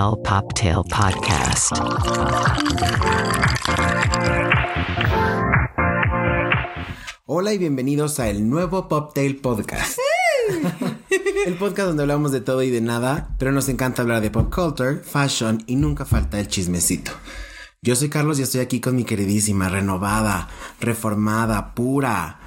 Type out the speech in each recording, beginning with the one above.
El Poptail Podcast. Hola y bienvenidos a el nuevo Poptail Podcast. El podcast donde hablamos de todo y de nada, pero nos encanta hablar de pop culture, fashion y nunca falta el chismecito. Yo soy Carlos y estoy aquí con mi queridísima, renovada, reformada, pura.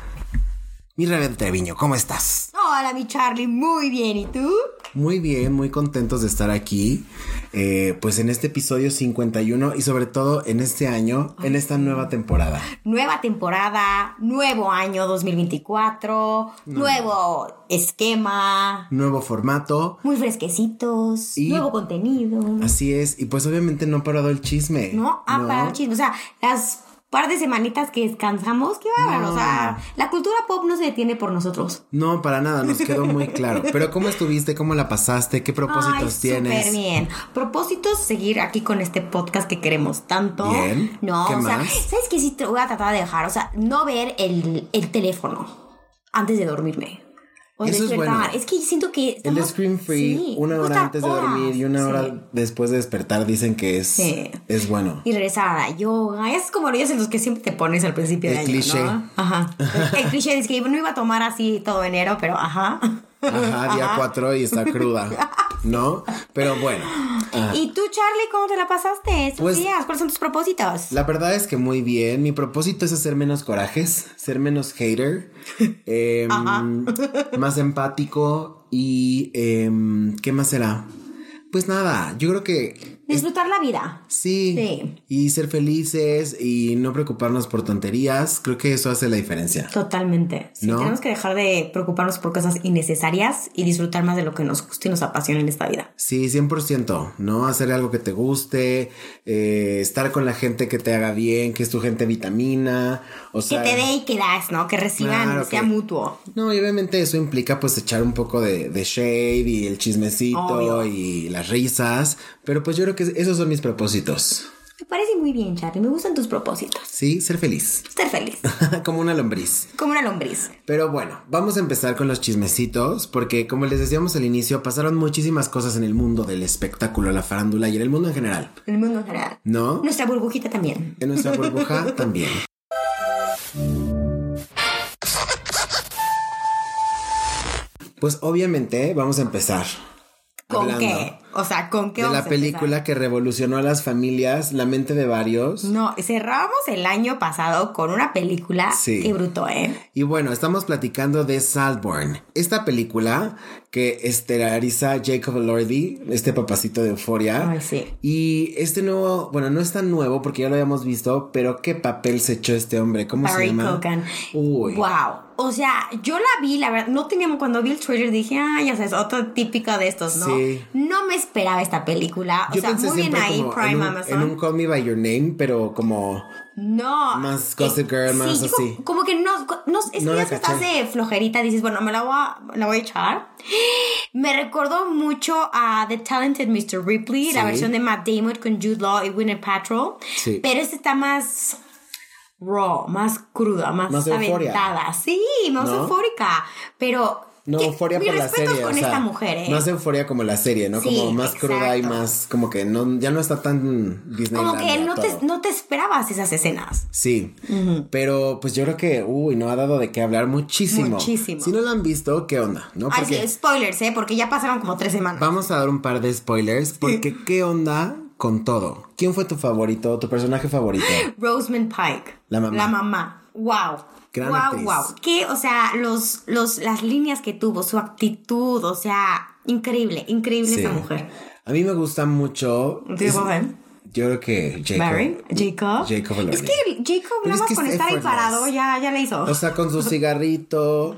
Mirabel Treviño, ¿cómo estás? Hola, mi Charlie, muy bien. ¿Y tú? Muy bien, muy contentos de estar aquí, eh, pues en este episodio 51 y sobre todo en este año, en esta nueva temporada. Nueva temporada, nuevo año 2024, nuevo esquema, Nuevo formato, muy fresquecitos, Y- nuevo contenido. así es, y pues obviamente no ha parado el chisme. No, ah, para el chisme. O sea, las par de semanitas que descansamos, qué bárbaro. O sea, la cultura pop no se detiene por nosotros. No, para nada, nos quedó muy claro. Pero ¿cómo estuviste? ¿Cómo la pasaste? ¿Qué propósitos Ay, tienes? Súper bien. Propósitos, seguir aquí con este podcast que queremos tanto. Bien. No, ¿Qué o sea, más? ¿sabes qué? Sí, te voy a tratar de dejar. O sea, no ver el, el teléfono antes de dormirme. O Eso es despertar. bueno. Es que siento que. El estamos- screen free, Sí, una hora justo antes de horas. dormir y una hora Sí. después de despertar, dicen que es, Sí. es bueno. Y regresar a la yoga. Es como días en los que siempre te pones al principio El de año, cliché. ¿no? Ajá. El cliché es que no iba a tomar así todo enero, pero ajá. Ajá, día cuatro y está cruda, ¿no? Pero bueno, ah, ¿Y tú, Charlie, cómo te la pasaste estos Pues- días? ¿Cuáles son tus propósitos? la verdad es que muy bien. Mi propósito es hacer menos corajes, ser menos hater, em, más empático y em, ¿qué más será? Pues nada, yo creo que Disfrutar la vida. Sí, Sí. Y ser felices y no preocuparnos por tonterías, creo que eso hace la diferencia. Totalmente. Sí, ¿No? tenemos que dejar de preocuparnos por cosas innecesarias y disfrutar más de lo que nos gusta y nos apasiona en esta vida. Sí, 100%, ¿no? Hacer algo que te guste, eh, estar con la gente que te haga bien, que es tu gente vitamina, o sea... que te dé y que das, ¿no? Que reciban, Claro, sea que- mutuo. No, y obviamente eso implica pues echar un poco de, de shade y el chismecito Obvio. y las risas, pero pues yo creo que esos son mis propósitos, Me parece muy bien, Charlie. Me gustan tus propósitos. ¿sí? Ser feliz, Estar feliz. como una lombriz. Como una lombriz. Pero bueno, vamos a empezar con los chismecitos, porque como les decíamos al inicio, pasaron muchísimas cosas en el mundo del espectáculo, la farándula y en el mundo en general, En el mundo en general. ¿no? Nuestra burbujita también. En nuestra burbuja también. Pues obviamente vamos a empezar. ¿Con hablando qué? O sea, ¿con qué De vamos la a película que revolucionó a las familias, la mente de varios. empezar? No, cerramos el año pasado con una película Sí. que brutó, ¿eh? Y bueno, estamos platicando de Salborn, esta película que estelariza Jacob Elordi, este papacito de Euforia. Ay, sí. Y este nuevo, bueno, no es tan nuevo porque ya lo habíamos visto, pero qué papel se echó este hombre, ¿cómo se Barry llama? Cogan. Uy. Wow. O sea, yo la vi, la verdad, no teníamos cuando vi el trailer dije, ah, ya sabes, otro típico de estos, ¿no? Sí. No me esperaba esta película. O Yo sea, pensé muy bien siempre ahí, como Prime en, un, Amazon. en un Call Me By Your Name, pero como... no. más Gossip Girl, más yo así. Como, como que no, no es No que la ya que estás caché. de flojerita, dices, bueno, me la voy a, la voy a echar. Me recordó mucho a The Talented Mr. Ripley, la Sí. versión de Matt Damon con Jude Law y Winnet Patrol. Sí. Pero esta está más raw, más cruda, más, Más euforia. aventada. Sí, más ¿No? eufórica. Pero. No, ¿qué? euforia Mis por la respetos serie. con o sea, esta mujer, ¿eh? Más euforia como la serie, ¿no? Sí, como más cruda y exacto. más, como que no, ya no está tan Disney. Como que no te, no te esperabas esas escenas. Sí, pero pues yo creo que, uy, no ha dado de qué hablar muchísimo. Muchísimo. Si no la han visto, ¿qué onda? ¿No? Ay, Porque sí, spoilers, ¿eh? Porque ya pasaron como tres semanas. vamos a dar un par de spoilers, porque ¿qué onda con todo? ¿Quién fue tu favorito, tu personaje favorito? Roseman Pike. La mamá. La mamá. Wow. Gran wow, actriz. wow. Que, o sea, los, los, las líneas que tuvo, su actitud, o sea, increíble, increíble Sí. esa mujer. A mí me gusta mucho. ¿Te digo, eh? Yo creo que Jacob. Barry, Jacob. Jacob es Elordi. que Jacob, Pero nada es más que con es estar ahí effortless. parado, ya, ya le hizo. O sea, con su cigarrito,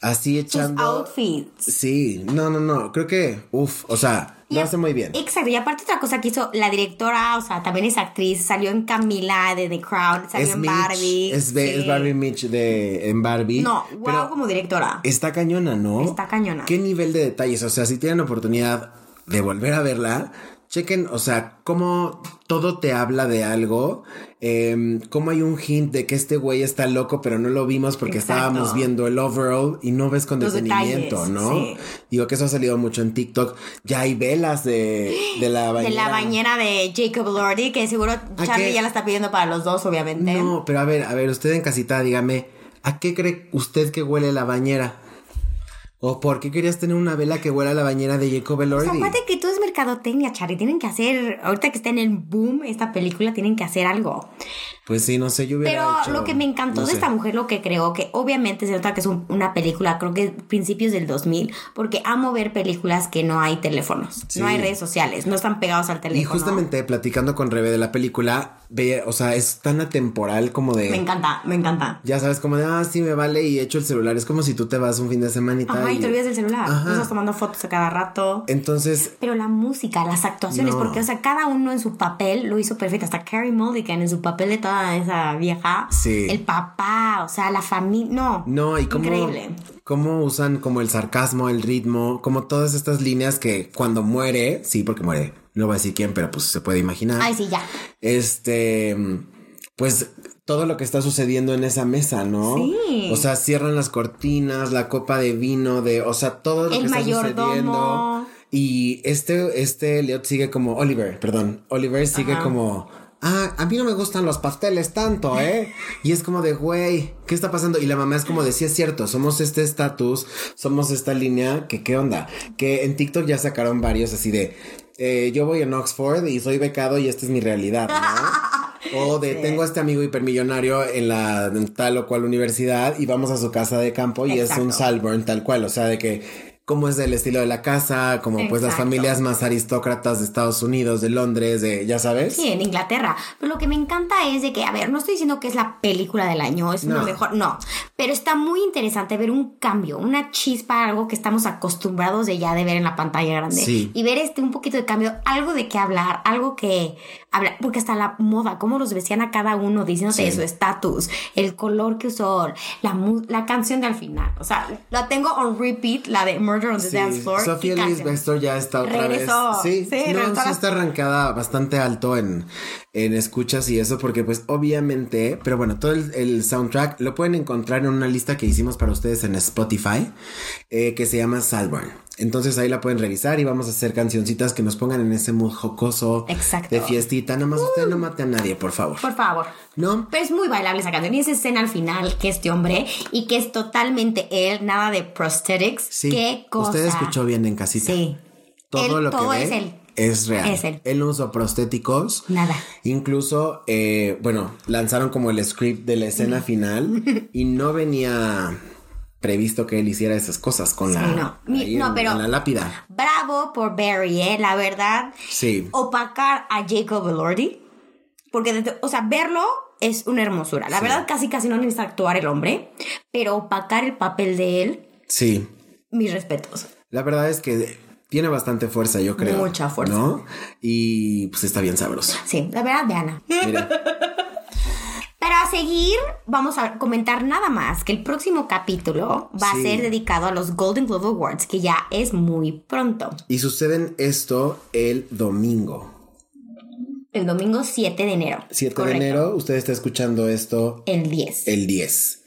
así sus echando. outfits. Sí, no, no, no. Creo que, uff, o sea, Y lo a- hace muy bien. Exacto, y aparte otra cosa que hizo la directora, o sea, también es actriz, salió en Camila de The Crown, salió Es en Mitch, Barbie. Es, de- sí. es Barbie Mitch de, en Barbie. No, wow, pero como directora. Está cañona, ¿no? Está cañona. ¿Qué nivel de detalles? O sea, si tienen oportunidad de volver a verla, Chequen, o sea, cómo todo te habla de algo, em, cómo hay un hint de que este güey está loco, pero no lo vimos porque Exacto. estábamos viendo el overall y no ves con Los detenimiento, detalles, ¿no? sí. Digo que eso ha salido mucho en TikTok. Ya hay velas de, de la De bañera. la bañera de Jacob Lordy, que seguro Charlie qué? ya la está pidiendo para los dos, obviamente. No, pero a ver, a ver, usted en casita, dígame, ¿a qué cree usted que huele la bañera? ¿O por qué querías tener una vela que huela a la bañera de Jacob O sea, Elordi? acuérdate que todo es mercadotecnia, Charlie. Tienen que hacer, ahorita que está en el boom esta película, tienen que hacer algo. Pues sí, no sé, yo hubiera Pero hecho- lo que me encantó no de sé. esta mujer, lo que creo que obviamente se nota que es un- una película, creo que principios del 2000, porque amo ver películas que no hay teléfonos, Sí. no hay redes sociales, no están pegados al teléfono. Y justamente platicando con Rebe de la película, ve, o sea, es tan atemporal como de... Me encanta, me encanta. Ya sabes, como de, ah, sí, me vale y echo el celular. Es como si tú te vas un fin de semana y tal. Ajá, y te y- olvidas del celular, Ajá. no estás tomando fotos a cada rato. Entonces, Pero la música, las actuaciones, No. porque, o sea, cada uno en su papel lo hizo perfecto. Hasta Carrie Mulligan en su papel de toda esa vieja. Sí. El papá, o sea, la familia. No. no, y cómo... Increíble. Cómo usan como el sarcasmo, el ritmo, como todas estas líneas que cuando muere, sí, porque muere, no voy a decir quién, pero pues se puede imaginar. Ay, sí, ya. este, pues todo lo que está sucediendo en esa mesa, ¿no? Sí. O sea, cierran las cortinas, la copa de vino, de, o sea, todo lo El que está mayordomo. sucediendo. Y este, este Elliot sigue como Oliver, perdón, Oliver sigue Ajá. como, ah, a mí no me gustan los pasteles tanto, ¿eh? Y es como de, güey, ¿qué está pasando? Y la mamá es como de, sí es cierto, somos este estatus, somos esta línea, que qué onda? Que en TikTok ya sacaron varios así de, eh, yo voy en Oxford y soy becado y esta es mi realidad, ¿no? O de, tengo a este amigo hipermillonario en la en tal o cual universidad y vamos a su casa de campo y es un Exacto. Salburn tal cual, o sea, de que cómo es el estilo de la casa, como pues las Exacto. familias más aristócratas de Estados Unidos, de Londres, de, ya sabes. Sí, en Inglaterra. Pero lo que me encanta es de que, a ver, no estoy diciendo que es la película del año, es una No. mejor, no. Pero está muy interesante ver un cambio, una chispa, algo que estamos acostumbrados de ya de ver en la pantalla grande. Sí. Y ver este un poquito de cambio, algo de qué hablar, algo que hablar, porque hasta la moda, cómo los vestían a cada uno, diciéndose Sí. su estatus, el color que usó, la, mu- la canción del final. O sea, la tengo on repeat, la de Murder on the Sí, Dance Floor. Sophie ¿Qué Ellis canción? Bextor ya está otra Regresó. vez. Sí, Sí, no, regresó a sí las- está arrancada bastante alto en, en escuchas y eso, porque pues obviamente, pero bueno, todo el, el soundtrack lo pueden encontrar en una lista que hicimos para ustedes en Spotify, eh, que se llama Salburn. Entonces ahí la pueden revisar y vamos a hacer cancioncitas que nos pongan en ese mood jocoso Exacto. Uh. de fiestita. Nada más usted no mate a nadie, por favor. Por favor. ¿No? Pero es muy bailable esa canción. Y esa escena al final, que este hombre, y que es totalmente él, nada de prosthetics. Sí. Qué cosa. Usted escuchó bien en casita. Sí. Todo Él- lo que todo ve es él. es real. Es él. Él no usó prostéticos. Nada. Incluso, eh, bueno, lanzaron como el script de la escena final y no venía previsto que él hiciera esas cosas con la, Sí, no. Mi- ahí no, en- pero- en la lápida. Bravo por Barry, ¿eh? La verdad. Sí. Opacar a Jacob Elordi. Porque, desde- o sea, verlo es una hermosura. La verdad, casi casi no necesita actuar el hombre. Pero opacar el papel de él, Sí. mis respetos. La verdad es que tiene bastante fuerza, yo creo. Mucha fuerza. ¿No? Y pues está bien sabroso. Sí, la verdad, de Ana. Mira. Pero a seguir, vamos a comentar nada más que el próximo capítulo va Sí. a ser dedicado a los Golden Globe Awards, que ya es muy pronto. Y suceden esto el domingo. El domingo 7 de enero. 7 Correcto. de enero, usted está escuchando esto El 10. el 10.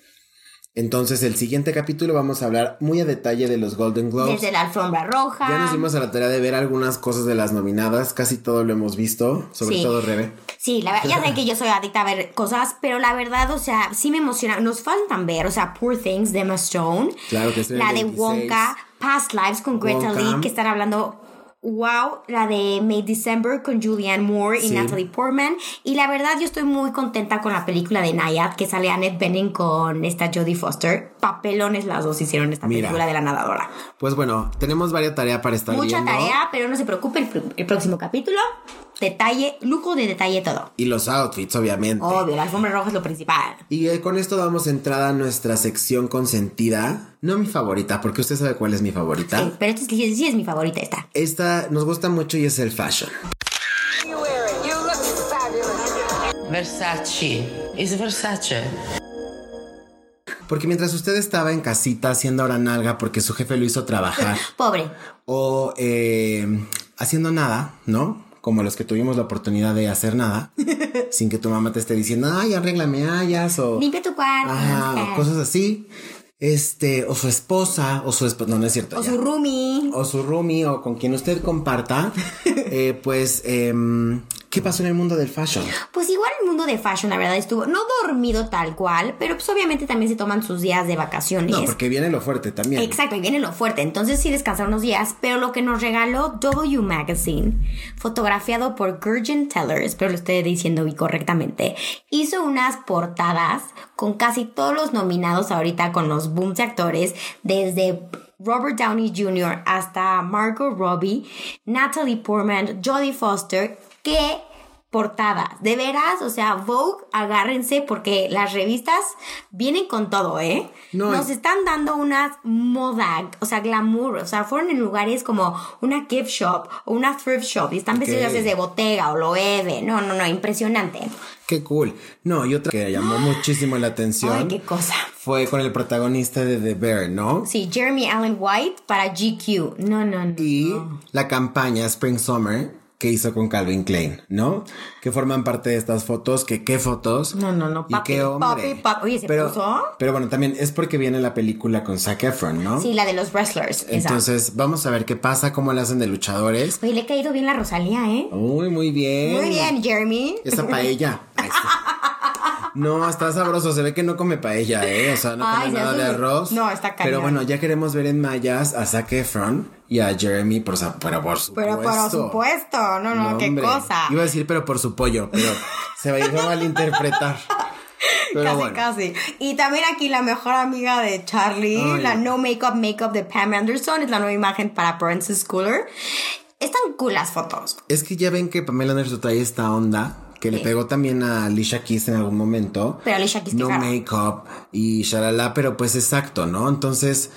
Entonces, el siguiente capítulo vamos a hablar muy a detalle de los Golden Globes. Desde la alfombra roja. Ya nos dimos a la tarea de ver algunas cosas de las nominadas, casi todo lo hemos visto, sobre Sí. todo Rebe. Sí, la verdad, ya saben que yo soy adicta a ver cosas, pero la verdad, o sea, sí me emociona. Nos faltan ver, o sea, Poor Things de Emma Stone. Claro que sí, el La de 26. Wonka, Past Lives con Greta Wonka. Lee, que están hablando. Wow, la de May December con Julianne Moore y Sí. Natalie Portman. Y la verdad, yo estoy muy contenta con la película de Nayad, que sale Annette Bening con esta Jodie Foster. Papelones las dos hicieron esta Mira. película de la nadadora. Pues bueno, tenemos varias tareas para estar Mucha viendo. tarea, pero no se preocupe, el, pr- el próximo capítulo, detalle, lujo de detalle todo. Y los outfits, obviamente. Obvio, la alfombra roja es lo principal. Y eh, con esto damos entrada a nuestra sección consentida. No mi favorita, porque usted sabe cuál es mi favorita. Sí, pero esta es- sí, es mi favorita esta. Esta nos gusta mucho y es el fashion. you wearing? You look fabulous. Versace. It's Versace. Porque mientras usted estaba en casita haciendo hora nalga porque su jefe lo hizo trabajar. Pobre. o eh, haciendo nada, ¿no? como los que tuvimos la oportunidad de hacer nada, sin que tu mamá te esté diciendo, ay, arréglame hayas o... Limpia tu cuarto. Oh. Ajá, o cosas así. Este, o su esposa, o su esposa, no, no es cierto. O ya. su roomie. o su roomie, o con quien usted comparta, eh, pues, em, ¿qué pasó en el mundo del fashion? Pues igual el mundo de fashion, la verdad, estuvo no dormido tal cual, pero pues obviamente también se toman sus días de vacaciones. No, porque viene lo fuerte también. Exacto, y viene lo fuerte. Entonces sí descansaron unos días, pero lo que nos regaló W Magazine, fotografiado por Gurgen Teller, espero lo esté diciendo hoy correctamente, hizo unas portadas con casi todos los nominados ahorita con los booms de actores, desde Robert Downey Jr. hasta Margot Robbie, Natalie Portman, Jodie Foster, que portadas. De veras, o sea, Vogue, agárrense porque las revistas vienen con todo, ¿eh? No, Nos y- están dando unas moda, o sea, glamour, o sea, fueron en lugares como una gift shop o una thrift shop y están vestidos Ok. desde Bottega o Loewe. No, no, no, impresionante. Qué cool. No, y otra que llamó muchísimo la atención Ay, qué cosa. fue con el protagonista de The Bear, ¿no? Sí, Jeremy Allen White para GQ. No, no, no. Y la campaña Spring Summer que hizo con Calvin Klein, ¿no? Que forman parte de estas fotos, que qué fotos. No, no, no, y papi, qué hombre. papi, papi. Oye, ¿se pero, puso? Pero bueno, también es porque viene la película con Zac Efron, ¿no? Sí, la de los wrestlers. esa. Entonces, vamos a ver qué pasa, cómo la hacen de luchadores. Oye, le ha caído bien la Rosalía, ¿eh? Uy, muy bien. Muy bien, Jeremy. Esa paella. Ay, sí. No, está sabroso. Se ve que no come paella, ¿eh? O sea, no come Ay, se nada hace- de arroz. No, está cañón. Pero bueno, ya queremos ver en mayas a Zac Efron y a Jeremy, por, sa- pero por supuesto. Pero por supuesto, no, no, qué hombre. cosa. Iba a decir, pero por su pollo, pero se va a ir a malinterpretar. Pero casi, bueno. casi. Y también aquí la mejor amiga de Charlie, Ay. la no makeup makeup de Pam Anderson, es la nueva imagen para Princess Schooler. Están cool las fotos. Es que ya ven que Pamela Anderson trae esta onda que le pegó también a Alicia Keys en algún momento. Pero Alicia Keys, qué No rara. make-up y shalala, pero pues exacto, ¿no? Entonces,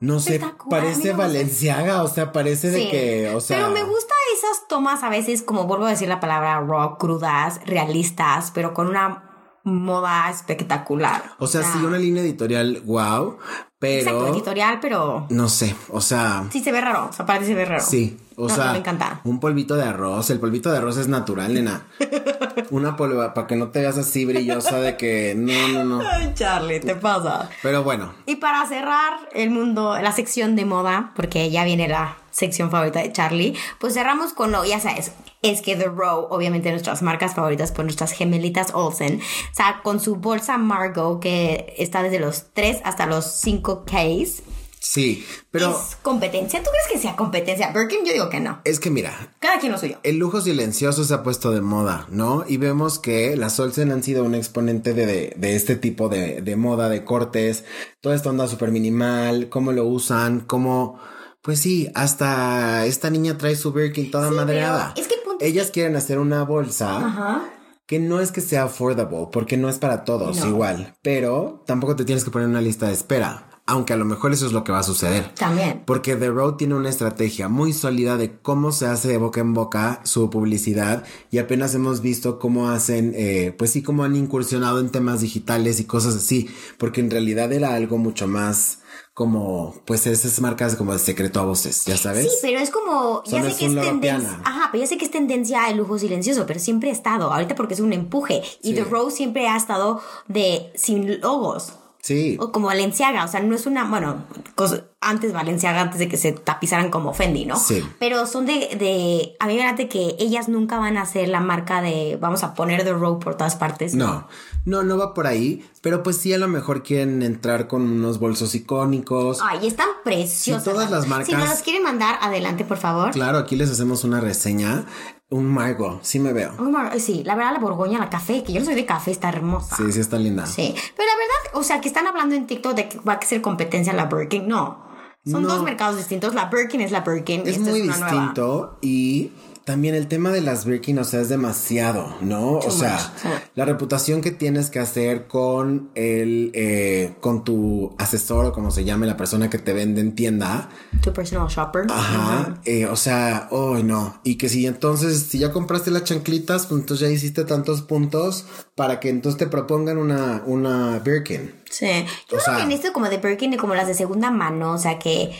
no sé, Espectacular, parece mira, no sé. Valenciaga, o sea, parece de Sí. que, o sea... Pero me gusta esas tomas a veces, como vuelvo a decir la palabra rock, crudas, realistas, pero con una moda espectacular. O sea, sí, una línea editorial, wow, Exacto, pero... editorial, pero No sé, o sea... sí se ve raro. O sea, para ti se ve raro. Sí, o No, no, sea, me encanta. un polvito de arroz, el polvito de arroz es natural, nena. Una polva para que no te veas así brillosa de que no, no, no. Ay, Charlie, te pasa. Pero bueno, Y para cerrar el mundo, la sección de moda, porque ya viene la sección favorita de Charlie, pues cerramos con lo, ya sabes, es que The Row, obviamente nuestras marcas favoritas por nuestras gemelitas Olsen, o sea, con su bolsa Margot, que está desde los 3 hasta los 5 Ks. sí, pero ¿Es competencia? ¿Tú crees que sea competencia? Birkin, yo digo que no. es que mira, Cada quien lo suyo. El lujo silencioso se ha puesto de moda, ¿no? Y vemos que las Olsen han sido un exponente de, de- de este tipo de, de moda, de cortes, toda esta onda súper minimal, cómo lo usan, cómo... Pues sí, hasta esta niña trae su Birkin toda Sí, madreada. pero es que el punto es Ellas quieren hacer una bolsa que no es que sea affordable, porque no es para todos No. igual, pero tampoco te tienes que poner en una lista de espera, aunque a lo mejor eso es lo que va a suceder. También. Porque The Road tiene una estrategia muy sólida de cómo se hace de boca en boca su publicidad y apenas hemos visto cómo hacen, eh, pues sí, cómo han incursionado en temas digitales y cosas así, porque en realidad era algo mucho más como, pues esas marcas como de secreto a voces, ya sabes. Sí, pero es como, sea, ya no sé es que un es loro tendencia, piana. ajá, pero ya sé que es tendencia el lujo silencioso, pero siempre ha estado, ahorita porque es un empuje, y Sí. The Rose siempre ha estado de, sin logos, Sí. o como Valenciaga, o sea, no es una, bueno, cos- antes Valenciaga, antes de que se tapizaran como Fendi, ¿no? Sí. Pero son de, de a mí me late que ellas nunca van a ser la marca de, vamos a poner The Row por todas partes. No, no, no va por ahí, pero pues sí a lo mejor quieren entrar con unos bolsos icónicos. Ay, están preciosas. Si todas las Si nos marcas- las quieren mandar, adelante, por favor. Claro, aquí les hacemos una reseña. Un Margot, sí me veo. Oh, Mar- Sí, la verdad, la Borgoña, la café, que yo no soy de café, está hermosa. Sí, sí está linda. Sí, pero la verdad, o sea, que están hablando en TikTok de que va a ser competencia la Birkin, no. Son No. dos mercados distintos. La Birkin es la Birkin. y es esta muy una nueva. distinto y también el tema de las Birkin, o sea, es demasiado, ¿no? o sea, much, sí. la reputación que tienes que hacer con el, eh, con tu asesor o como se llame la persona que te vende en tienda. Tu personal shopper. Ajá. eh, o sea, hoy no. Y que si entonces, si ya compraste las chanclitas, pues entonces ya hiciste tantos puntos para que entonces te propongan una, una Birkin. Sí. Yo O creo sea- que en esto como de Birkin y como las de segunda mano, o sea, que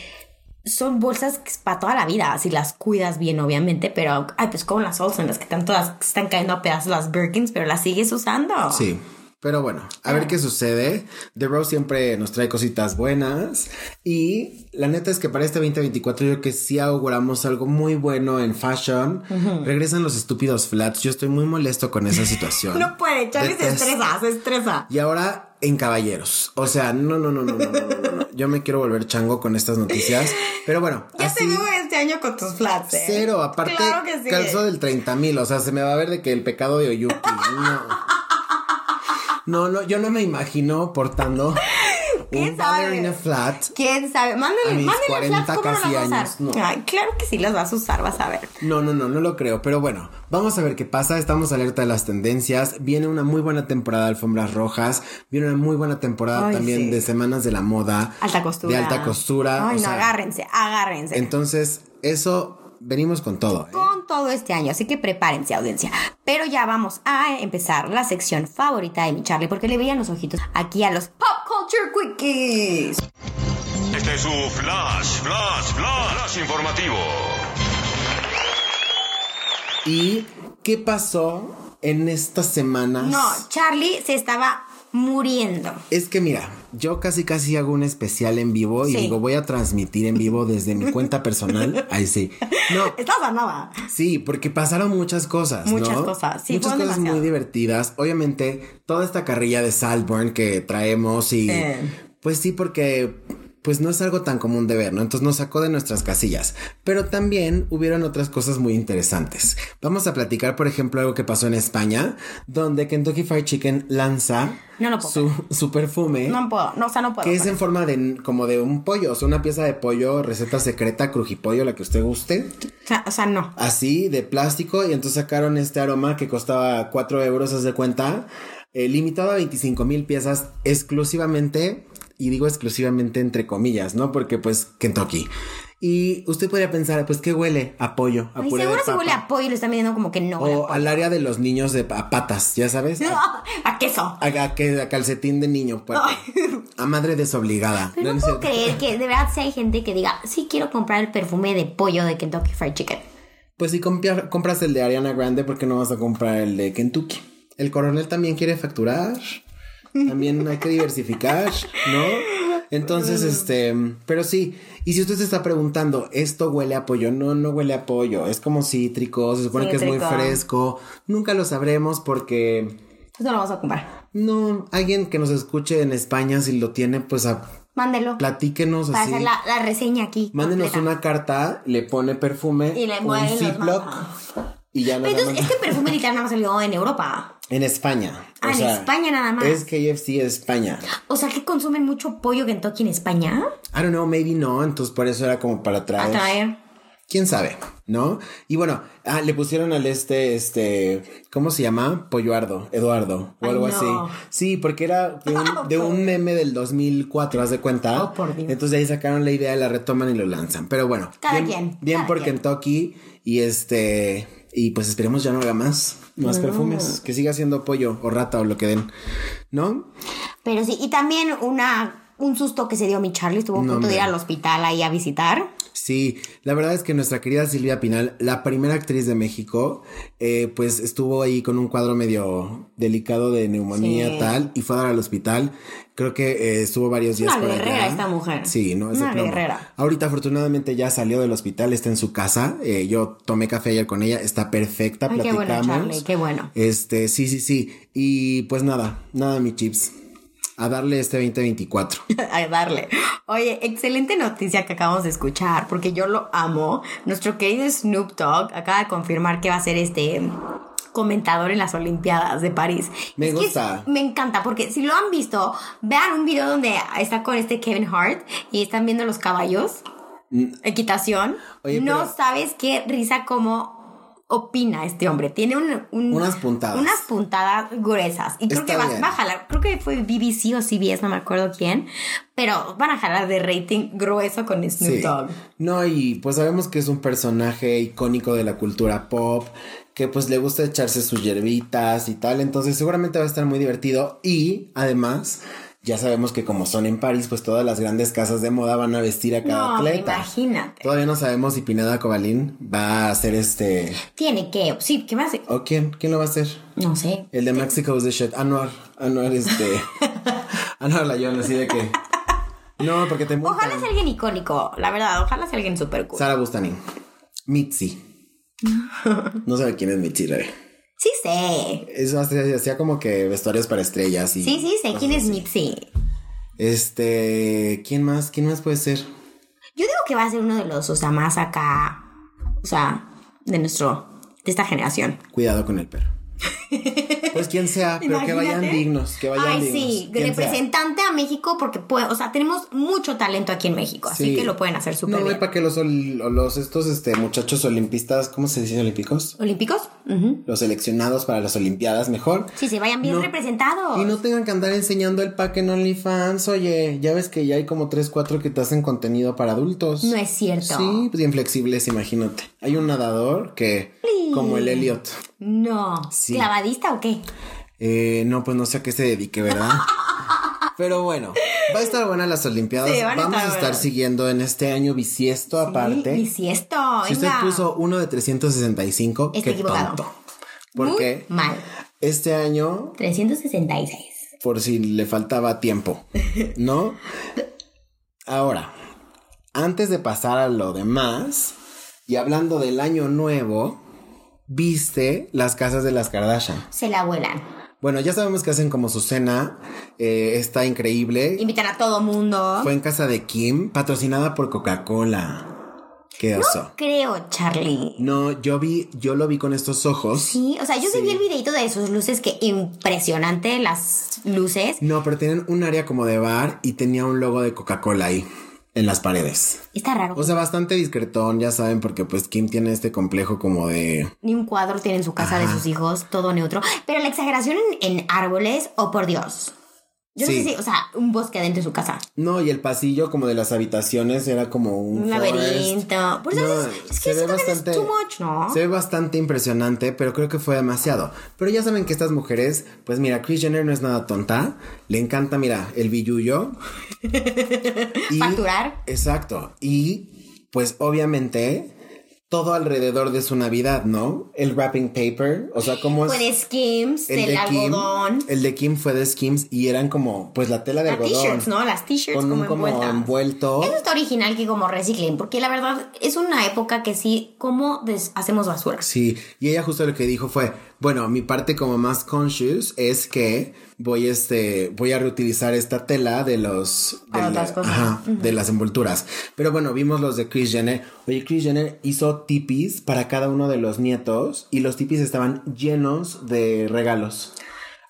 son bolsas que es para toda la vida, si las cuidas bien, obviamente, pero, ay, pues como las Olsen, las que están todas, que están cayendo a pedazos las Birkins, pero las sigues usando. Sí. Pero bueno, a ver qué sucede. The Rose siempre nos trae cositas buenas. Y la neta es que para este 2024 yo creo que sí auguramos algo muy bueno en fashion. Regresan los estúpidos flats. Yo estoy muy molesto con esa situación. No puede, Charlie se Detesto. estresa, se estresa. Y ahora en caballeros. O sea, no, no, no, no, no, no, no, no. Yo me quiero volver chango con estas noticias. Pero bueno, Ya así, te veo este año con tus flats. ¿eh? cero. Aparte, claro que sí. calzo del 30 mil. O sea, se me va a ver de que el pecado de Oyuki. No. No, no, yo no me imagino portando un ¿Quién sabe? ballerina flat. ¿Quién sabe? A Mándale, mis mándale 40 flats, ¿cómo no casi las vas a años, usar? no. Ay, claro que sí las vas a usar, vas a ver. No, no, no, no lo creo. Pero bueno, vamos a ver qué pasa. Estamos alerta de las tendencias. Viene una muy buena temporada de alfombras rojas. Viene una muy buena temporada Ay, también sí. de semanas de la moda. Alta costura. De alta costura. Ay, o no, sea, agárrense, agárrense. Entonces, eso venimos con todo. ¿eh? con todo este año, así que prepárense audiencia. Pero ya vamos a empezar la sección favorita de mi Charlie, porque le veían los ojitos aquí a los Pop Culture Quickies. Este es su flash, flash, flash, flash informativo. ¿Y qué pasó en estas semanas? No, Charlie se estaba muriendo. Es que mira, yo casi casi hago un especial en vivo y Sí. digo, voy a transmitir en vivo desde mi cuenta personal. Ahí sí. No, Estás a nada. Sí, porque pasaron muchas cosas. Muchas ¿no? cosas, sí, muchas fueron cosas demasiado. muy divertidas. Obviamente, toda esta carrilla de Salborn que traemos y. Eh. Pues sí, porque. Pues no es algo tan común de ver, ¿no? Entonces nos sacó de nuestras casillas. Pero también hubieron otras cosas muy interesantes. Vamos a platicar, por ejemplo, algo que pasó en España, donde Kentucky Fried Chicken lanza No lo puedo su, su perfume. No puedo, no, o sea, no puedo. Que ¿Eh? es en forma de como de un pollo, o sea, una pieza de pollo, receta secreta, crujipollo, la que usted guste O sea, o sea, no. así de plástico y entonces sacaron este aroma que costaba 4 euros, haz de cuenta, eh, limitado a 25 mil piezas exclusivamente, y digo exclusivamente entre comillas, ¿no? Porque pues Kentucky. Y usted podría pensar, pues, ¿qué huele? A pollo, a Ay, puré de seguro se papa. huele a pollo y lo están viendo como que no. huele a O al área de los niños de a patas, ya sabes. pollo. A, Ah, A queso. a- a que- a calcetín de niño, puerco. A madre desobligada. Pero No, no no, es puedo cierto. creer que de verdad si hay gente que diga, sí quiero comprar el perfume de pollo de Kentucky Fried Chicken. Pues si compia- compras el de Ariana Grande, ¿por qué no vas a comprar el de Kentucky? El coronel también quiere facturar. También hay que diversificar, ¿no? Entonces, este, pero sí, y si usted se está preguntando, ¿esto huele a pollo? No, no huele a pollo, es como cítrico, se supone que es muy Cítrico. fresco, nunca lo sabremos porque Entonces no lo vamos a comprar. no, alguien que nos escuche en España, si lo tiene, pues a- Mándelo. platíquenos para así. hacer la, la reseña aquí. Mándenos completa. una carta, le pone perfume, Y le un envuelve y los Ziploc manda. y ya nos Pero la entonces, manda. este perfume literal nada más salió en Europa. En España. Ah, en España nada más. Es KFC España. O sea, que consumen mucho pollo Kentucky en España. I don't know, maybe no. Entonces por eso era como para A traer. traer. ¿Quién sabe? ¿No? Y bueno, ah, le pusieron al este, este, ¿cómo se llama? Polluardo, Eduardo, o Ay, algo no. así. Sí, porque era de un, de un meme del 2004, haz de cuenta. Oh, por Dios. Entonces de ahí sacaron la idea, la retoman y lo lanzan. Pero bueno, Cada bien, quien, bien cada por quien. Kentucky y este, y pues esperemos ya no haga más, más perfumes, que siga siendo pollo o rata o lo que den, ¿no? Pero sí, y también una, un susto que se dio mi Charlie. Estuvo a punto de hombre. ir al hospital ahí a visitar. Sí, la verdad es que nuestra querida Silvia Pinal, la primera actriz de México, eh, pues estuvo ahí con un cuadro medio delicado de neumonía Sí. tal y fue a dar al hospital. Creo que eh, estuvo varios días una por guerrera allá. esta mujer. Sí, no es de Una plomo. guerrera. Ahorita afortunadamente ya salió del hospital, está en su casa. Eh, yo tomé café ayer con ella, está perfecta, Ay, qué bueno, platicamos. Charlie, qué bueno. Este, sí, sí, sí. Y pues nada, nada, mi chips. A darle este 2024. a darle. Oye, excelente noticia que acabamos de escuchar, porque yo lo amo. Nuestro querido Snoop Dogg acaba de confirmar que va a ser este comentador en las Olimpiadas de París. Me que gusta. me encanta, porque si lo han visto, vean un video donde está con este Kevin Hart y están viendo los caballos, equitación. Mm. Oye, no pero- sabes qué risa como... Opina este hombre, tiene un- un- Unas puntadas. Unas puntadas gruesas. Y creo Está que va, bien. va a jalar, creo que fue BBC o CBS, no me acuerdo quién, pero van a jalar de rating grueso con Snoop Sí. Dogg. No, y pues sabemos que es un personaje icónico de la cultura pop, que pues le gusta echarse sus hierbitas y tal, entonces seguramente va a estar muy divertido y además Ya sabemos que como son en París, pues todas las grandes casas de moda van a vestir a cada No, atleta. imagínate. Todavía no sabemos si Pineda Cobalín va a hacer este... Tiene que, sí, ¿qué más? ¿O quién? ¿Quién lo va a hacer? No sé. El de Mexico is the shit. Anuar. Anuar este... Anuar Layón, así de que... No, porque te multan. Ojalá sea alguien icónico, la verdad, ojalá sea alguien súper cool. Sara Bustani. Mitzi. No sabe quién es Mitzi, la verdad. Sí sé. Eso hacía, hacía como que vestuarios para estrellas y... Sí, sí sé quién es Mitzi. Este... ¿Quién más? ¿Quién más puede ser? Yo digo que va a ser uno de los, o sea, más acá, o sea, de nuestro, de esta generación. Cuidado con el perro. Pues quien sea, pero que Imagínate. vayan dignos, que vayan Ay, dignos. sí, quien sea. representante a México porque, puede, o sea, tenemos mucho talento aquí en México, así Sí. que lo pueden hacer súper No, bien. para que los, ol- los estos este, muchachos olimpistas, ¿cómo se dice olímpicos? ¿Olímpicos? Ujú. Los seleccionados para las olimpiadas, mejor. Sí, se vayan bien No. representados. Y no tengan que andar enseñando el pack en OnlyFans, oye, ya ves que ya hay como tres, cuatro que te hacen contenido para adultos. No es cierto. Sí, pues inflexibles, imagínate. Hay un nadador que, como el Elliot. No. Sí. ¿Clavadista o qué? Eh, no, pues no sé a qué se dedique, ¿verdad? Pero bueno, va a estar buena las Olimpiadas. Sí, van a Vamos estar a estar buenas. siguiendo en este año bisiesto aparte. Y si esto, si usted venga. puso uno de 365, Está qué equivocado. tonto. Muy Porque mal. este año, 366. por si le faltaba tiempo, ¿no? Ahora, antes de pasar a lo demás, y hablando del año nuevo, viste las casas de las Kardashian. Se la vuelan. Bueno, ya sabemos que hacen como su cena. eh, está increíble. Invitan a todo mundo. Fue en casa de Kim, patrocinada por Coca-Cola. Qué oso. Creo, Charlie. No. yo vi, yo lo vi con estos ojos. Sí, o sea, yo sí vi el videito de sus luces, que impresionante las luces. No, pero tienen un área como de bar y tenía un logo de Coca-Cola ahí en las paredes. Está raro. O sea, bastante discretón, ya saben, porque pues Kim tiene este complejo como de. Ni un cuadro tiene en su casa de sus hijos, todo neutro. Pero la exageración en, en árboles, oh por Dios. Yo no Sí. sé si, o sea, un bosque adentro de su casa. No, y el pasillo como de las habitaciones era como un, Un forest. laberinto. Por eso No, a veces- es que eso también es too much, ¿no? Se ve bastante impresionante, pero creo que fue demasiado. Pero ya saben que estas mujeres, pues mira, Kris Jenner no es nada tonta. Le encanta, mira, el billuyo. Y- Facturar. Exacto. Y pues obviamente todo alrededor de su Navidad, ¿no? El wrapping paper, o sea, cómo es... Con Pues skims, el el, de Kim, algodón. el de Kim fue de Skims y eran como, pues la tela de Las algodón. t-shirts, ¿no? Las t-shirts Con un como como envueltas. envuelto. Eso está original que como reciclen, porque la verdad es una época que sí, ¿cómo des- hacemos basura? Sí, y ella justo lo que dijo fue, bueno, mi parte como más conscious es que voy este voy a reutilizar esta tela de los de, Para otras cosas. ajá, de las envolturas. Pero bueno, vimos los de Kris Jenner. Oye, Kris Jenner hizo tipis para cada uno de los nietos y los tipis estaban llenos de regalos.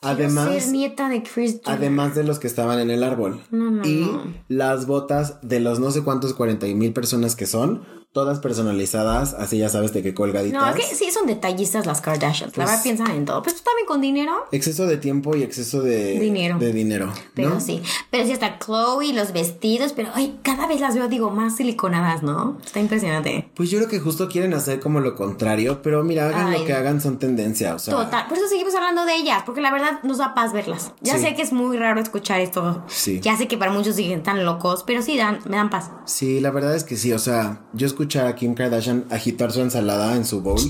Quiero Además, ser nieta de Chris Jenner. Además de los que estaban en el árbol. y las botas de los no sé cuántos 40 mil personas que son, todas personalizadas, así ya sabes de qué colgaditas. No, es que sí son detallistas las Kardashians. la verdad piensan en todo. Pero pues también con dinero. Exceso de tiempo y exceso de Dinero. De dinero Pero ¿no? sí. Pero sí hasta Chloe, los vestidos. Pero ay, cada vez las veo, digo, más siliconadas, ¿no? Está impresionante. Pues yo creo que justo quieren hacer como lo contrario, pero mira, hagan Ay. lo que hagan son tendencia, o sea. Total. Por eso seguimos hablando de ellas. Porque la verdad nos da paz verlas. Ya Sí. sé que es muy raro escuchar esto. Sí. Ya sé que para muchos siguen tan locos. Pero sí dan, me dan paz. Sí, la verdad es que sí, o sea, yo escuchar a Kim Kardashian agitar su ensalada en su bowl,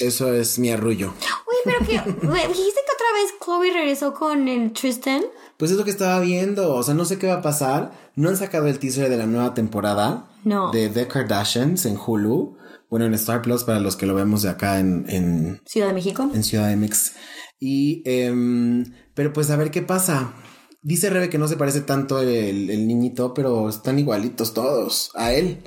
eso es mi arrullo. Oye, pero que. güey, Dijiste que otra vez Chloe regresó con el Tristan. Pues es lo que estaba viendo. O sea, no sé qué va a pasar. No han sacado el teaser de la nueva temporada. No. De The Kardashians en Hulu. Bueno, en Star Plus para los que lo vemos de acá en, en, Ciudad de México. en Ciudad MX. Y, em, pero pues a ver qué pasa. Dice Rebe que no se parece tanto el, el niñito, pero están igualitos todos a él.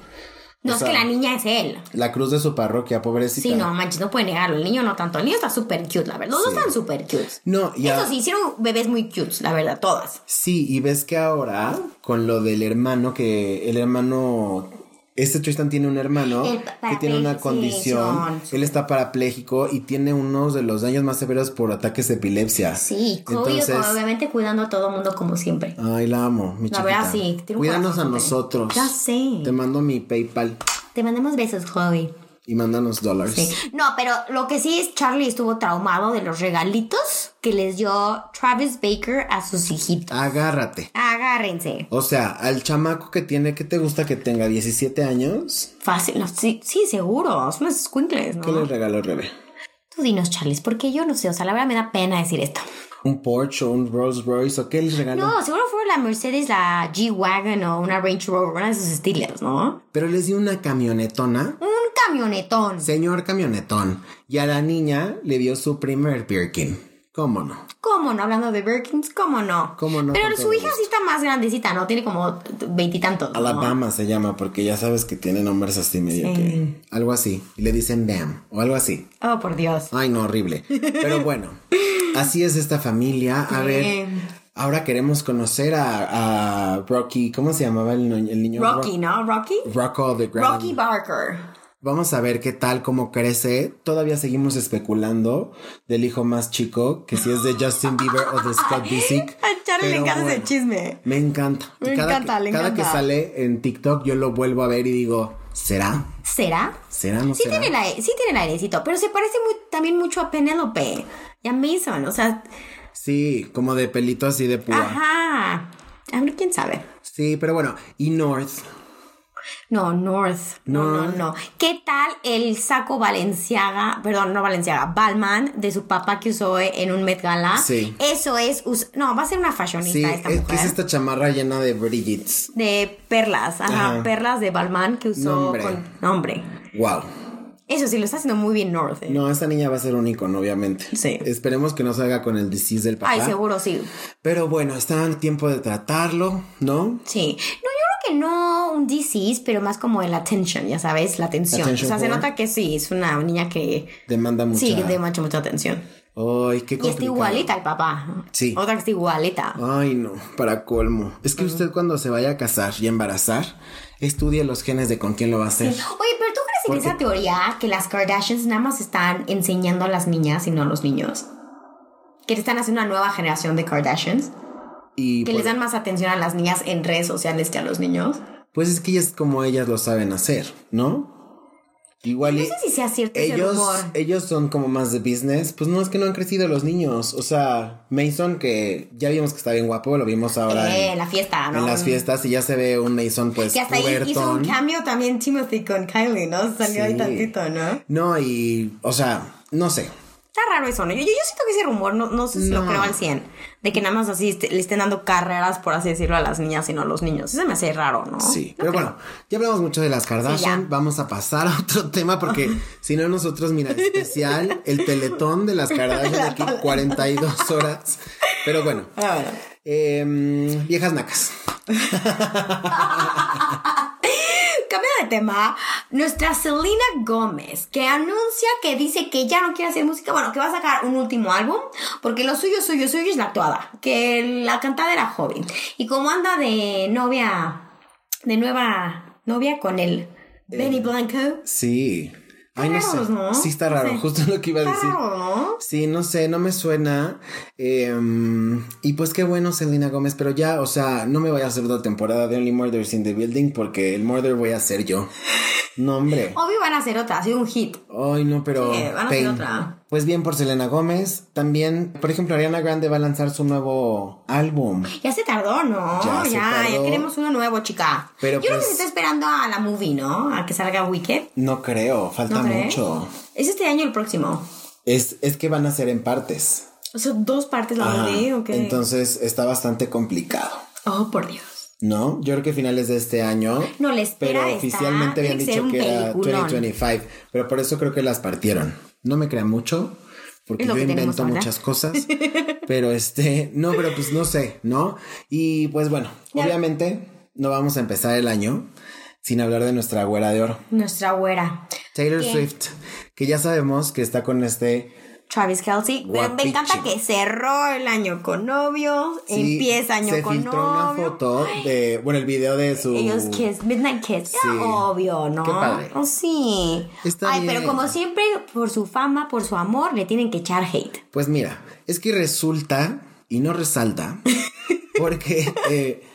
No o es sea, que la niña es él. La cruz de su parroquia, pobrecita. Sí, no, manches, no puede negarlo. El niño no tanto. El niño está súper cute, la verdad. Los dos están súper cute. No, ya. Eso sí, hicieron bebés muy cute, la verdad, todas. Sí, y ves que ahora, con lo del hermano, que el hermano. Este Tristan tiene un hermano El que tiene una parapléjico, condición. sí. Él está parapléjico y tiene uno de los daños más severos por ataques de epilepsia. Sí, Chloe, obviamente cuidando a todo mundo como siempre. Ay, la amo, mi La chiquita. verdad, sí, tiene un Cuídanos a corazón súper- nosotros. Ya sé. Te mando mi PayPal. Te mandamos besos, Chloe. Y mándanos dólares. Sí. No, pero lo que sí es Charlie estuvo traumado de los regalitos que les dio Travis Baker a sus hijitos. Agárrate. Agárrense. O sea, al chamaco que tiene, ¿qué te gusta que tenga? ¿17 años? Fácil. no, sí, sí, seguro. Son unos escuincles, ¿Qué le ¿no? regaló Rebe? Tú dinos, Charlie, porque yo no sé. O sea, la verdad me da pena decir esto. ¿Un Porsche o un Rolls Royce o qué les regaló? No, seguro fue la Mercedes, la G-Wagon o una Range Rover, una de sus estilos, ¿no? Pero les dio una camionetona. Un camionetón. Señor camionetón. Y a la niña le dio su primer Birkin. ¿Cómo no? ¿Cómo no? Hablando de Birkins, ¿cómo no? ¿Cómo no? Pero Con su todo hija sí está más grandecita, ¿no? Tiene como veintitantos. ¿no? Alabama se llama porque ya sabes que tiene nombres así medio que... Algo así. Y le dicen Bam o algo así. Oh, por Dios. Ay, no, horrible. Pero bueno, así es esta familia. A ver, ahora queremos conocer a, a Rocky. ¿Cómo se llamaba el, no- el niño? Rocky, ¿no? Rocky. Ro- Rocco the Grand. Rocky Barker. Vamos a ver qué tal, cómo crece. Todavía seguimos especulando del hijo más chico, que si es de Justin Bieber o de Scott Disick. A Charlie le Pero encanta ese bueno, chisme. Me encanta. Me cada encanta, que, le cada que encanta. sale en TikTok, yo lo vuelvo a ver y digo, ¿será? ¿Será? ¿Será? ¿No Sí será? tiene, el aire- sí tiene el airecito, pero se parece muy- también mucho a Penélope y a Mason, o sea, Sí, como de pelito así de púa. ajá. A ver, quién sabe. Sí, pero bueno. Y North. No, North. No, no, no. ¿Qué tal el saco Valenciaga, perdón, no Valenciaga, Balman de su papá que usó en un Met Gala? Sí. Eso es, us- no, va a ser una fashionista Sí, esta es, mujer. es esta chamarra llena de Bridgits. De perlas, ajá, Ajá. perlas de Balmain que usó Nombre. con nombre. Wow. Eso sí, lo está haciendo muy bien North. ¿eh? No, esta niña va a ser un icono, obviamente. Sí. Esperemos que no salga con el disease del papá. Ay, seguro sí. Pero bueno, está el tiempo de tratarlo, ¿no? Sí. No, yo creo que no un disease, pero más como el attention, ya sabes, la atención. Attention o sea, se whore. nota que sí, es una niña que Demanda mucho. sí, que de mucha, mucha atención. Ay, qué complicado. Y está igualita el papá. Sí. Otra que está igualita. Ay, no, para colmo. Es que usted cuando se vaya a casar y embarazar, estudie los genes de con quién lo va a hacer. Oye, pero ¿tú crees en Porque- esa teoría que las Kardashians nada más están enseñando a las niñas y no a los niños? Que te están haciendo una nueva generación de Kardashians. Y Que pues, les dan más atención a las niñas en redes sociales que a los niños. pues es que es como ellas lo saben hacer, ¿no? Igual No y- sé si sea cierto ese Eh, ellos, rumor. ellos son como más de business. Pues no, es que no han crecido los niños. O sea, Mason, que ya vimos que está bien guapo, lo vimos ahora Eh, en, la fiesta, ¿no? en las fiestas y ya se ve un Mason, pues, Que hasta ahí hizo un pubertón. cambio también Timothy con Kylie, ¿no? Salió ahí Sí. tantito, ¿no? No, y, o sea, no sé. Está raro eso, ¿no? Yo, yo siento que ese rumor, no, no sé si lo No. creo al 100, de que nada más así est- le estén dando carreras, por así decirlo, a las niñas y no a los niños. Eso se me hace raro, ¿no? Sí, pero bueno, ya hablamos mucho de las Kardashian. Sí, ya. Vamos a pasar a otro tema porque si no, nosotros, mira, especial el teletón de las Kardashian de aquí 42 horas. Pero bueno, Pero bueno. em, viejas nacas. Cambio de tema, nuestra Selena Gómez, que anuncia que dice que ya no quiere hacer música, bueno, que va a sacar un último álbum, porque lo suyo, suyo, suyo es la actuada, que la cantada era joven. Y como anda de novia, de nueva novia con el Benny Blanco, Sí. Ay, no raros, sé. ¿no? Sí, está raro, No sé. justo lo que iba a está decir. raro, ¿no? Sí, no sé, no me suena. Em, y pues qué bueno, Selena Gómez, pero ya, o sea, no me voy a hacer otra temporada de Only Murders in the Building porque el murder voy a ser yo. No, hombre. Obvio van a hacer otra, ha sido un hit. Ay, no, pero. Sí, van a hacer otra. Pues bien por Selena Gómez. También, por ejemplo, Ariana Grande va a lanzar su nuevo álbum. Ya se tardó, ¿no? Ya Ya, se ya, tardó. queremos uno nuevo, chica. Pero Yo creo que pues- se está esperando a la movie, ¿no? A que salga Wicked. No creo, falta ¿No crees? mucho. ¿Es este año o el próximo? Es, es que van a ser en partes. O sea, dos partes la Ajá. movie, ¿o qué? Entonces está bastante complicado. Oh, por Dios. ¿No? Yo creo que finales de este año. No, la espera Pero está- oficialmente tiene habían que dicho ser que un era peliculón. 2025. Pero por eso creo que las partieron. No me crean mucho. Porque Es yo lo que tenemos invento ahora. muchas cosas. pero este. No, pero pues no sé, ¿no? Y pues bueno, Ya. obviamente no vamos a empezar el año sin hablar de nuestra güera de oro. Nuestra güera. Taylor ¿Quién? Swift. Que ya sabemos que está con este. Travis Kelsey. Pero me Guapichi. encanta que cerró el año con novio. sí, empieza año se con filtró novio. una foto de. Bueno, el video de su. Ellos kiss, midnight kiss. Era Sí. obvio, ¿no? Qué padre. Oh, sí. Está Ay, pero bien. como siempre, por su fama, por su amor, le tienen que echar hate. Pues mira, es que resulta y no resalta, porque eh,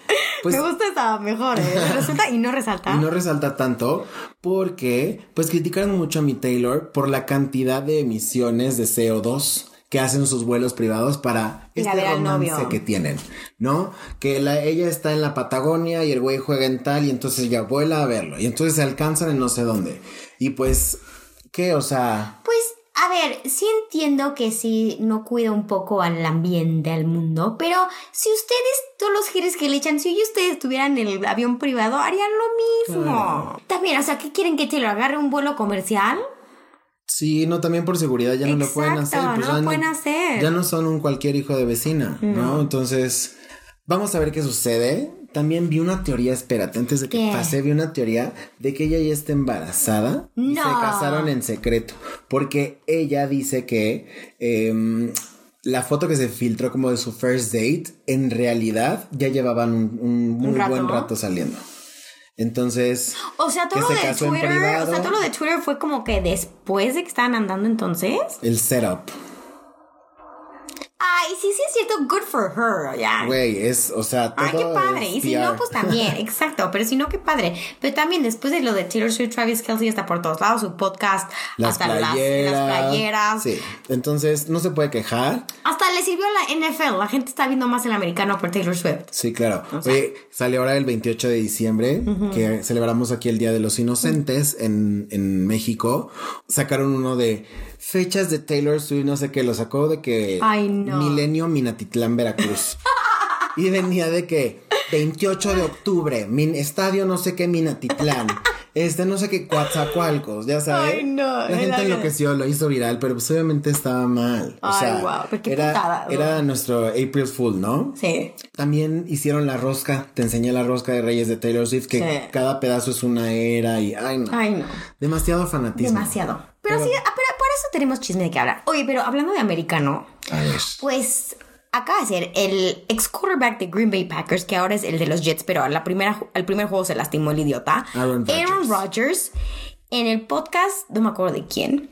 Pues Me gusta esta mejor, ¿eh? Resulta y no resalta. Y no resalta tanto porque, pues, criticaron mucho a mi Taylor por la cantidad de emisiones de CO2 que hacen sus vuelos privados para Ir a este ver al romance novio. que tienen, ¿no? Que la- ella está en la Patagonia y el güey juega en tal y entonces ella vuela a verlo y entonces se alcanzan en no sé dónde. Y pues, ¿qué? O sea, Pues, a ver, sí entiendo que sí no cuida un poco al ambiente, al mundo, pero si ustedes, todos los gires que le echan, si hoy ustedes tuvieran el avión privado, harían lo mismo. También, o sea, ¿qué quieren que te lo agarre un vuelo comercial? sí, no, también por seguridad ya no lo pueden Exacto, hacer. pues, no lo ya pueden hacer. Ya no son un cualquier hijo de vecina, ¿no? Entonces, vamos a ver qué sucede. También vi una teoría, espérate, antes de que ¿Qué? pase, vi una teoría de que ella ya está embarazada y se No. casaron en secreto. Porque ella dice que em, la foto que se filtró como de su first date, en realidad ya llevaban un, un muy rato? buen rato saliendo. Entonces, O sea, todo que lo se de casó en Twitter, o privado. sea, todo lo de Twitter fue como que después de que estaban andando entonces. el setup. Ay, sí, sí es cierto, good for her, ya. Güey, es, o sea, todo Ay, qué padre. es Y si no, PR. pues también, exacto. Pero si no, qué padre. Pero también después de lo de Taylor Swift, Travis Kelsey está por todos lados, su podcast, las hasta las- playeras. Las, playeras. Sí. Entonces, no se puede quejar. Hasta le sirvió a la NFL. La gente está viendo más el americano por Taylor Swift. Sí, claro. Oye, sale ahora el 28 de diciembre, que celebramos aquí el Día de los Inocentes en, en México. Sacaron uno de fechas de Taylor Swift, no sé qué, lo sacó de que Ay, no. Milenio Minatitlán, Veracruz. y venía de que 28 de octubre, min, estadio no sé qué Minatitlán. Este, no sé qué, Coatzacoalcos, ya sabes. Ay, no, La era gente bien. enloqueció, lo hizo viral, pero pues obviamente estaba mal. O Ay, sea, guau, pero qué era, putada, ¿no? era nuestro April Fool, ¿no? Sí. También hicieron la rosca, te enseñé la rosca de Reyes de Taylor Swift, que Sí. cada pedazo es una era y... Ay, no. Ay, no. Demasiado fanatismo. Demasiado. Pero, sí, ah, pero por eso tenemos chisme de qué hablar. Oye, pero hablando de americano, A ver. Pues acaba de ser el ex quarterback de Green Bay Packers, que ahora es el de los Jets, pero a la primera, al primer juego se lastimó el idiota. Aaron Rodgers. Rodgers, en el podcast, no me acuerdo de quién,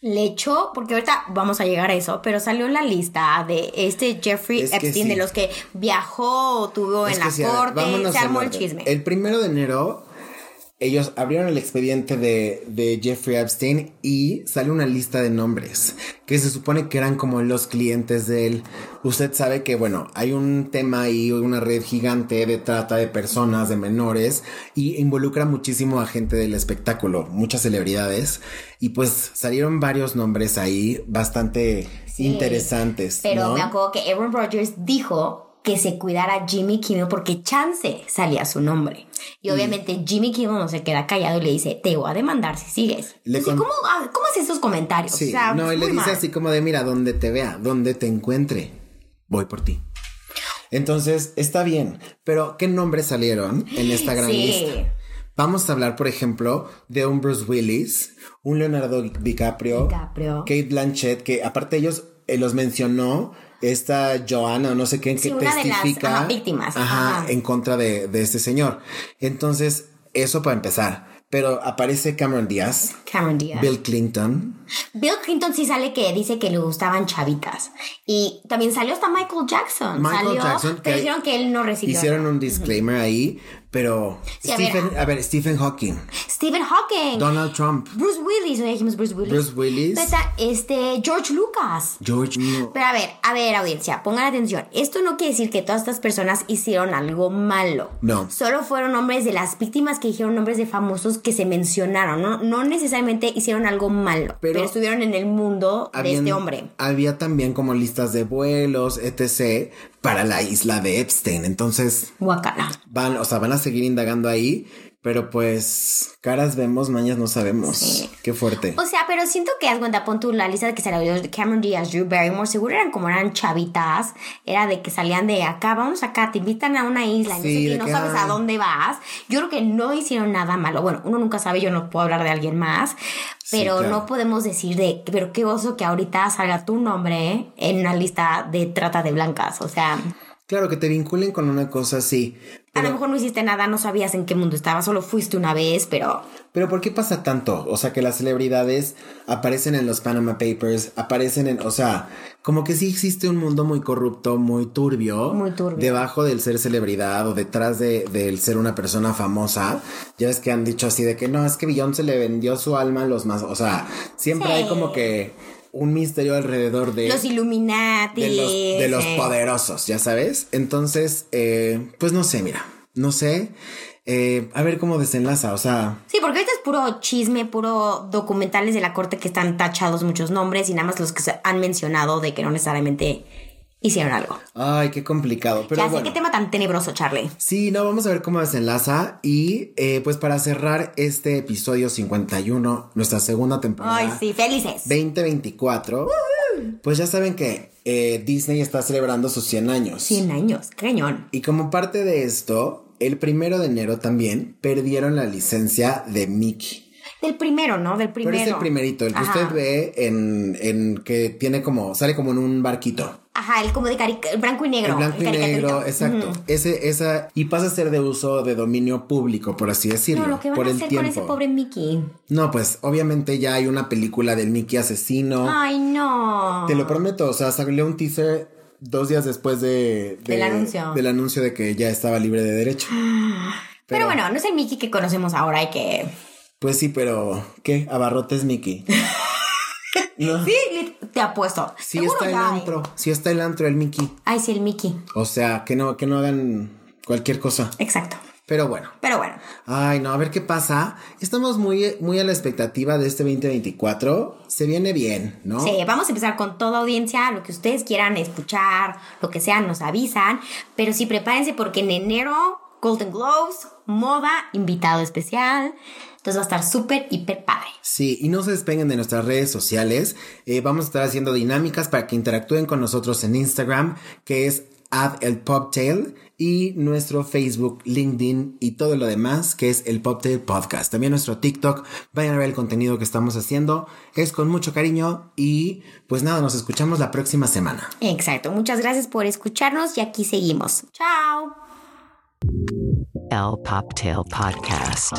le echó, porque ahorita vamos a llegar a eso, pero salió la lista de este Jeffrey Es que Epstein, sí. de los que viajó, tuvo Es en que la sí, a ver, corte, vámonos se al armó el orden. chisme. El primero de enero, ellos abrieron el expediente de, de Jeffrey Epstein y sale una lista de nombres que se supone que eran como los clientes de él. Usted sabe que, bueno, hay un tema ahí, una red gigante de trata de personas, de menores, y involucra muchísimo a gente del espectáculo, muchas celebridades. Y pues salieron varios nombres ahí bastante interesantes. Pero ¿no? me acuerdo que Aaron Rodgers dijo que se cuidara Jimmy Kimmel porque chance salía su nombre. Y obviamente Jimmy Kimmel no se queda callado y le dice, te voy a demandar si sigues. Le O sea, con- ¿cómo, ah, ¿Cómo hace esos comentarios? Sí, O sea, no, es y le muy dice mal. así como de, mira, donde te vea, donde te encuentre, voy por ti. Entonces, está bien, pero ¿qué nombres salieron en esta gran Sí. lista? Vamos a hablar, por ejemplo, de un Bruce Willis, un Leonardo DiCaprio, DiCaprio. Kate Blanchett, que aparte ellos eh, los mencionó esta Joanna, o no sé quién, Sí, que una de las, testifica ajá, víctimas, Ajá, ajá. en contra de, de este señor. Entonces, eso para empezar. Pero aparece Cameron Díaz, Cameron Diaz. Bill. Bill Clinton, Clinton sí sale que dice que le gustaban chavitas. Y también salió hasta Michael Jackson. Michael salió, Jackson, pero que dijeron que él no recibió. Hicieron un disclaimer ahí, pero Sí, a ver. Stephen, a, ver. Stephen Hawking, Stephen Hawking. Donald Trump, Bruce Willis, no dijimos Bruce Willis. Bruce Willis. Pero está, Este, George Lucas. George no. Pero a ver, a ver, audiencia, pongan atención. Esto no quiere decir que todas estas personas hicieron algo malo. No. Solo fueron nombres de las víctimas que dijeron nombres de famosos que se mencionaron. No, no necesariamente hicieron algo malo, Pero- pero, estuvieron en el mundo de Habían- este hombre. Había también como listas de vuelos, etc. para la isla de Epstein. Entonces Guacala. van, o sea, van a seguir indagando ahí, pero pues caras vemos, mañas no sabemos. Sí. Qué fuerte. O sea, pero siento que haz cuenta, pon tú la lista de que salió de Cameron Diaz, Drew Barrymore, seguro eran como eran chavitas, era de que salían de acá, vamos acá, te invitan a una isla, y Sí, de no sé qué, que, no sabes ay. a dónde vas. Yo creo que no hicieron nada malo. Bueno, uno nunca sabe, yo no puedo hablar de alguien más, Sí, pero claro. no podemos decir de, pero qué oso que ahorita salga tu nombre en una lista de trata de blancas, o sea, Claro, que te vinculen con una cosa así. A lo Pero, mejor no hiciste nada, no sabías en qué mundo estabas, solo fuiste una vez, pero pero ¿por qué pasa tanto? O sea, que las celebridades aparecen en los Panama Papers, aparecen en... O sea, como que sí existe un mundo muy corrupto, muy turbio. Muy turbio. Debajo del ser celebridad o detrás de- del ser una persona famosa. Ya ves que han dicho así de que no, es que Beyoncé le vendió su alma a los más... O sea, siempre Sí. hay como que un misterio alrededor de... los Illuminati. de los, de los eh, poderosos, ya sabes. Entonces, eh, pues no sé, mira, no sé. Eh, a ver cómo desenlaza, o sea, Sí, porque ahorita es puro chisme, puro documentales de la corte que están tachados muchos nombres y nada más los que se han mencionado de que no necesariamente hicieron algo. ay, qué complicado. Pero ya bueno. sé qué tema tan tenebroso, Charlie. Sí, no, vamos a ver cómo desenlaza. Y eh, pues para cerrar este episodio 51, nuestra segunda temporada. Ay, sí, felices. 2024. Pues ya saben que eh, Disney está celebrando sus 100 años. 100 años, qué cañón. Y como parte de esto, el primero de enero también perdieron la licencia de Mickey. Del primero, ¿no? Del primero. Pero es el primerito, el que Ajá. usted ve en, en que tiene como, sale como en un barquito. Ajá, el como de carica- el blanco y negro. El blanco y caricaturito. negro, exacto. Ese, esa, y pasa a ser de uso de dominio público, por así decirlo. No, lo que van por a el hacer tiempo. con ese pobre Mickey. No, pues obviamente ya hay una película del Mickey asesino. Ay, no. Te lo prometo, o sea, salió un teaser dos días después de, de- Del anuncio. Ah. Del anuncio de que ya estaba libre de derecho. Pero bueno, no es el Mickey que conocemos ahora y que... Pues sí, pero ¿qué? Abarrotes Mickey. no. Sí, le- te apuesto. Sí Seguro está el ya hay. antro, sí está el antro, el Mickey. Ay, sí, el Mickey. O sea, que no, que no hagan cualquier cosa. Exacto. Pero bueno. Pero bueno, Ay, no, a ver qué pasa. Estamos muy, muy a la expectativa de este 2024. Se viene bien, ¿no? sí, vamos a empezar con toda audiencia, lo que ustedes quieran escuchar, lo que sea, nos avisan, pero sí prepárense porque en enero, Golden Globes, moda, invitado especial, entonces va a estar súper, hiper padre. Sí, y no se despeguen de nuestras redes sociales. Eh, vamos a estar haciendo dinámicas para que interactúen con nosotros en Instagram, que es at el Poptail, y nuestro Facebook, LinkedIn y todo lo demás, que es el Poptail Podcast. También nuestro TikTok. Vayan a ver el contenido que estamos haciendo. Es con mucho cariño y pues nada, nos escuchamos la próxima semana. Exacto, muchas gracias por escucharnos y aquí seguimos. Chao. L Poptail Podcast.